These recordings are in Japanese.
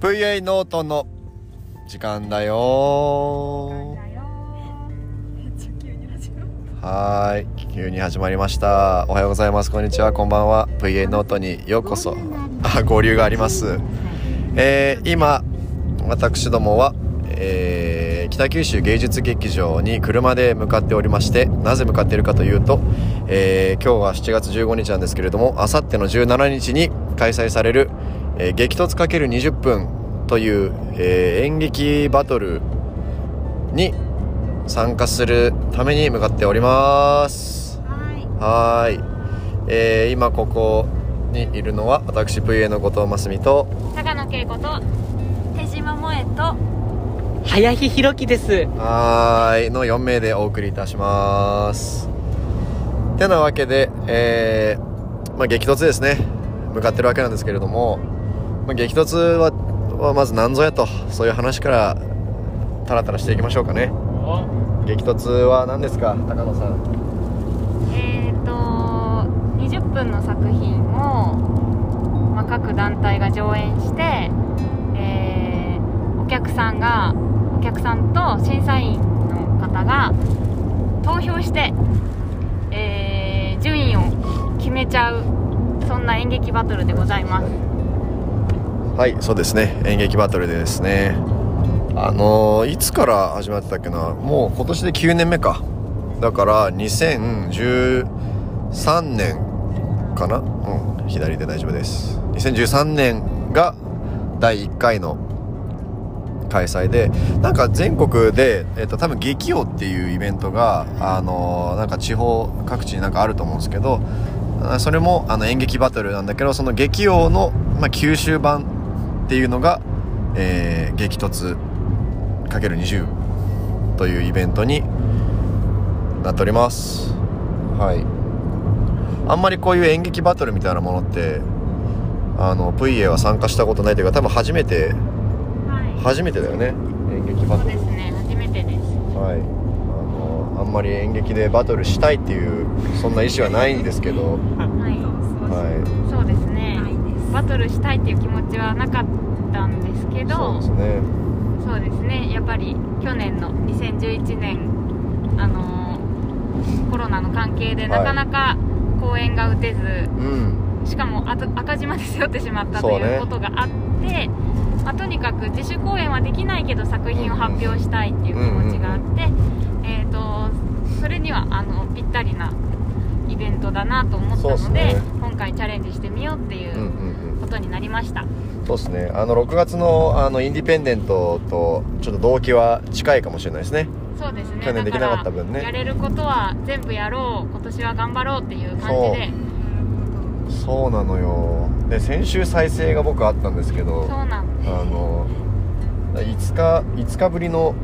VA ノートの時間だよだよーめっちゃ急に始まるはーい急に始まりましたおはようございますこんにちはこんばんは VA ノートにようこそあ合流がありますえー今私どもは、えー北九州芸術劇場に車で向かっておりましてなぜ向かっているかというと、えー今日は7月15日なんですけれどもあさっての17日に開催される「えー激突 ×20 分」という、えー演劇バトルに参加するために向かっております。ははいーい、えー今ここにいるのは私 VA の後藤真澄と高野恵子と手島萌と林弘樹ですはーいの4名でお送りいたしますてなわけで、えーまあ、激突ですね向かってるわけなんですけれども、まあ、激突ははまず何ぞやとそういう話からタラタラしていきましょうかね激突は何ですか高野さんえっ、ー、と20分の作品を、まあ、各団体が上演して、えーお客さんがお客さんと審査員の方が投票して、えー順位を決めちゃうそんな演劇バトルでございますはいそうですね演劇バトルでですねあのーいつから始まってたっけなもう今年で9年目かだから2013年かなうん左で大丈夫です2013年が第1回の開催でなんか全国で、えっと、多分劇王っていうイベントが、あのーなんか地方各地になんかあると思うんですけどあそれもあの演劇バトルなんだけどその劇王の、まあ、九州版っていうのが、えー激突 ×20 というイベントになっておりますはいあんまりこういう演劇バトルみたいなものってあの VA は参加したことないというか多分初めてはい初めてだよね演劇バそうトでルすね初めてですはいあのあんまり演劇でバトルしたいっていうそんな意思はないんですけどはいはいそうですねないですバトルしたいっていう気持ちはなかったんですけそどうですねそうですねやっぱり去年の2011年あのーコロナの関係ではないかなか公演が打てず、うんしかもあと赤字まで背負ってしまったとそうねいうことがあって、まあ、とにかく自主公演はできないけど作品を発表したいっていう気持ちがあって、えー、とそれにはあのぴったりなイベントだなと思ったそうっすので、ね今回チャレンジしてみようっていうんうんううんことになりました、そうですねあの6月のあのインディペンデントとちょっと動機は近いかもしれないですねそうですね去年できなかった分ねだからやれることは全部やろう今年は頑張ろうっていう感じでそうなのよで先週再生が僕あったんですけそうどあなんですの5日5日ぶりの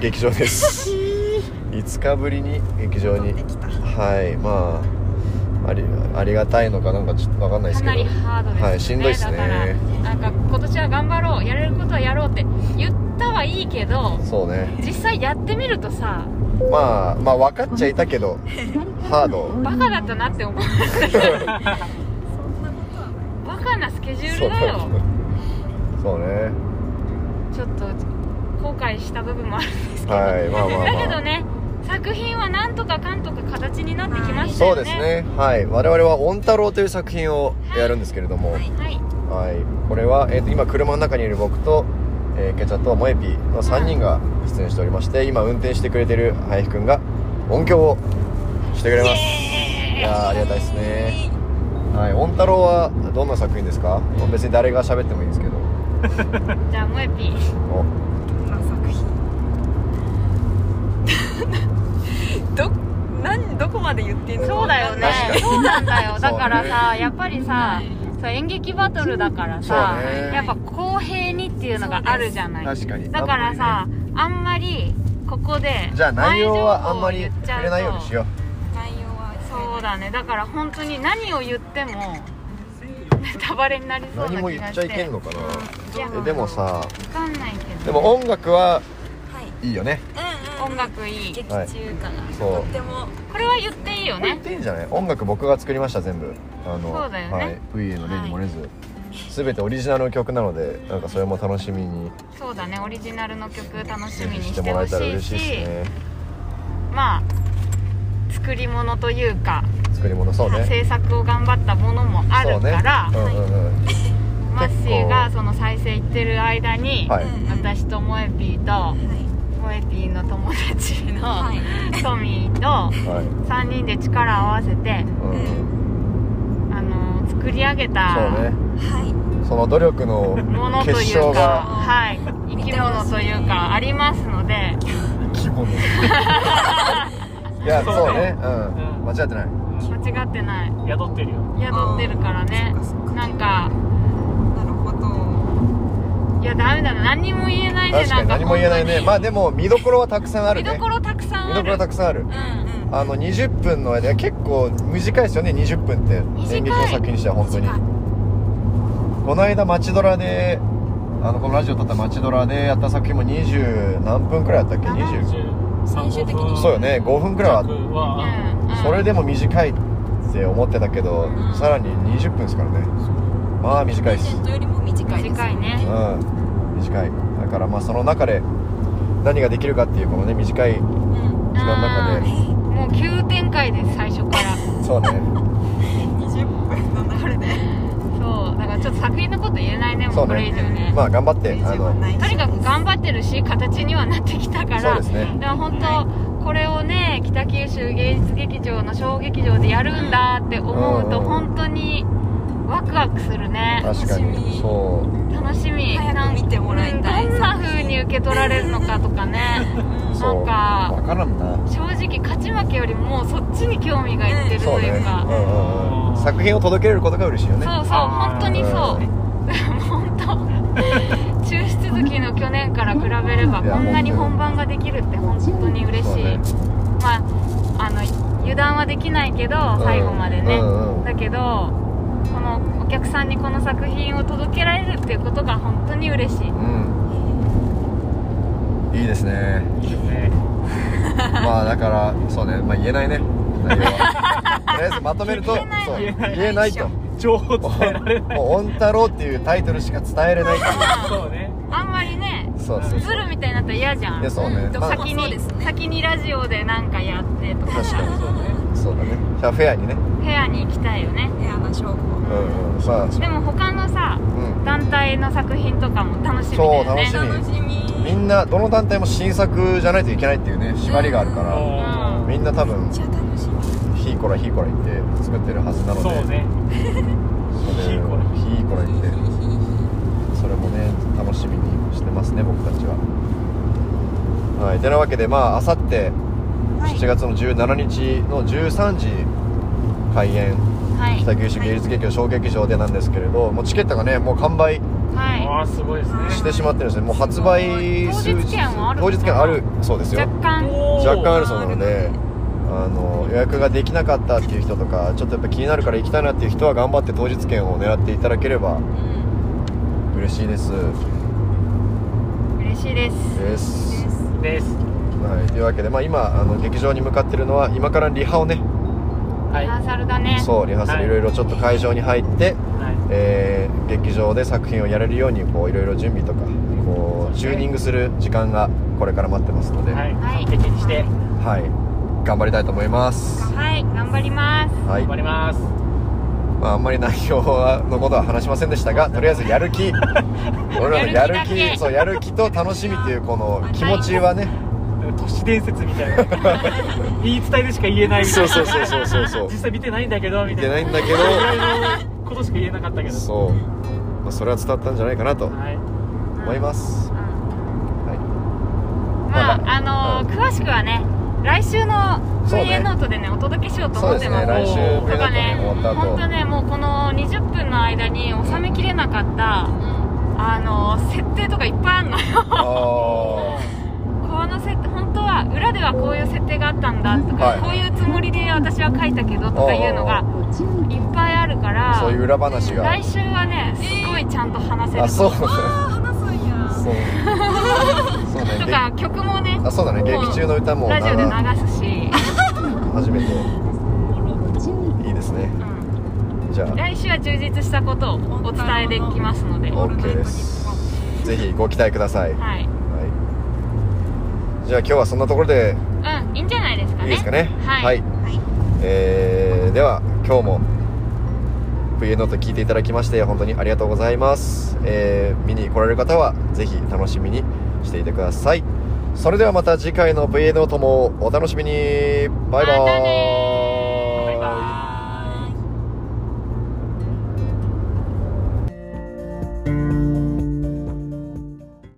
劇場です5日ぶりに劇場にはいまあありありがたいのかなんかちょっと分かんないですかけどなりハードですね、はいしんどいっすねだからなんか今年は頑張ろうやれることはやろうって言ったはいいけどそうね実際やってみるとさまあまあ分かっちゃいたけ どハードバカだったなっ て思うバカなスケジュールだよそうねちょっと後悔した部分もあるんですけど、はいまあまあ まあだけどね作品はなんとかかんとか形になってきましたそようねですねはい我々は「御太郎」という作品をやるんですけれども、はいはい、これは、えー、と今車の中にいる僕と、えーケチャとモエピの3人が出演しておりまして今運転してくれてる林くんが音響をしてくれますいやーありがたいですねはい音太郎はどんな作品ですか別に誰が喋ってもいいんですけどじゃあもえぴおど何どこまで言ってんのそうだよね確かにそうなんだよそうねだからさやっぱりさそう演劇バトルだからさ、そうねやっぱ公平にっていうのがあるじゃない確かにだからさあんまりここでじゃあ内容はあんま前り情報を言っちゃ触れないようにしよ内容はそうだねだから本当に何を言ってもネタバレになりうそうな気がして何も言っちゃいけんのかいやなえでもさ分かんないけでども音楽ははいいいよねうんうん音楽いい劇はい中歌が、そうとってもこれは言っていいよ言っねていいんじゃない音楽僕が作りました全部あのそうだよねはい、VA の例に漏れず、全てオリジナルの曲なのでなんかそれも楽しみにそうだねオリジナルの曲楽しみにししててもらほえしたらい嬉ししいですねまあ作り物というか、作り物そうね制作を頑張ったものもあそるうねから、うんうんうんマッシーがその再生行ってる間に、はい私とモエピーとモエピーの友達の、はいトミーとはい3人で力を合わせて、うんうんあのー作り上げそうたねはいその努力のものと結いう晶かがはい生き物というかありますので生き物 いやそうねそうねうんうん間違ってない間違ってない宿ってるよ宿ってるからねあーそっかそっかなんかなるほどいやダメだな何にも言えないで確かなんにか何も言えないねまあでも見どころはたくさんある見ねどころたくさん見あどころるたくさんあるうんあの20分の間結構短いですよね20分って短い演劇の作品にしては本当に短この間街ドラであのこのラジオ撮った街ドラでやった作品も20何分くらいだったっけ20 23最終的にそうよね5分くらいははうんうんそれでも短いって思ってたけど、うんさらに20分ですからねまあ短いっプレゼすントよりも短いです短いねうん短いだからまあその中で何ができるかっていうこのね短い時うん間の中でうんもう急展開です最初からそうね20分の中でそうだからちょっと作品のこと言えないねもそううこれ以上ねねまあ頑張ってあ20の分ないとにかく頑張ってるし形にはなってきたからそうですねでも本当これをね北九州芸術劇場の小劇場でやるんだって思うとうん本当にワクワクするね確か楽しにみそう楽しみ早く見てもらいたいうんどんな風に受け取られるのかとかねそうなんか分からんな正直勝ち負けよりもそっちに興味がいってるそとういねうか、うんうんうん作品を届けれることが嬉しいよねそうそう本当にそう本当中止続きの去年から比べればいやこんなに本番ができるって本当に嬉そしうい、ねまああの油断はできないけど最後までね、うんうんだけどこのお客さんにこの作品を届けられるっていうことが本当に嬉しいうんいいです ねいいです ねまあだからそうねまあ言えないね内容 はとりあえずまとめると言えないそう言えない言えないと情報「も伝えられ うないもうオン太郎」っていうタイトルしか伝えれないっていそうねあんまりねうそうそうズルみたいになったら嫌じゃんいやそうね、うんまあ先そうに、ですね先にラジオでなんかやってとか確かにそうねそうだねじゃあフェアにねフェアに行きたいよね部屋の証拠うんうんさあでも他のさうん団体の作品とかも楽しみだそうよ楽ねしみ楽しみみんなどの団体も新作じゃないといけないっていうね縛りがあるからあみんな多分じゃあ楽しヒーコラヒーコラ言って作ってるはずなのでーそうねそれヒーコラヒーコラ言ってそれもね楽しみにしてますね僕たちははいてなわけでまああさって7月の17日の13時開演はい北九州芸術劇場小劇場でなんですけれどもうチケットがねもう完売はあーすごいですねしてしまってるんですねもう発売数当日券はある当のかな日券あるそうですいよ若干おー若干あるそうなのあるでのねあの予約ができなかったっていう人とかちょっとやっぱ気になるから行きたいなっていう人は頑張って当日券を狙っていただければみうん嬉しいです嬉しいですですでですすはい、というわけで、まあ、今あの劇場に向かってるのは今からリハをねはリいハーサルだねそうリハーサルいはいろいろちょっと会場に入って、はいえー劇場で作品をやれるようにこういろいろ準備とかこうチューニングする時間がこれから待ってますので、ははいいはい完璧にして頑張りたいと思います、はい頑張りますはい頑張りますまあ、あんまり内容はのことは話しませんでしたが とりあえずやる気俺らのややるる気気だけそうやる気と楽しみというこの気持ち はね、都市伝説みたいな言い伝えでしか言えないみたいそなうそうそうそうそう実際見てないんだけどみ見たていなないんだけどのことしか言えなかったけどそう、まあ、それは伝わったんじゃないかなとはい思いますう、んはいまああのうー詳しくはね来週のそうね VA ノートでねお届けしようとそう思でっすてねます来週おープレとゼンかトねね終わ本った当後ねもうこの20分の間に収めきれなかったあのー設定とかいっぱいあんのよあこの設定本当は裏ではこういう設定があったんだとか、はいこういうつもりで私は書いたけどとかいうのがいっぱいあるかー そういうら裏話が来週はねすごいちゃんと話せるあそうとそうあ話すんやそうとねげか曲もねあそうだね劇中の歌もラジオでな流すし、初めていいですねうんじじゃあ来週は充実したことをお伝えできますのでオはールナイト OK ニッポでンすぜひご期待ください、はいじゃあ今日はそんなところでうんいいんじゃないですかいいねですかねはい、はいえーでは今日も冬の音聞いていただきまして本当にありがとうございます、えー見に来られる方はぜひ楽しみにしていてくださいそれではまた次回の VA の音もお楽しみにバイバーイ、またね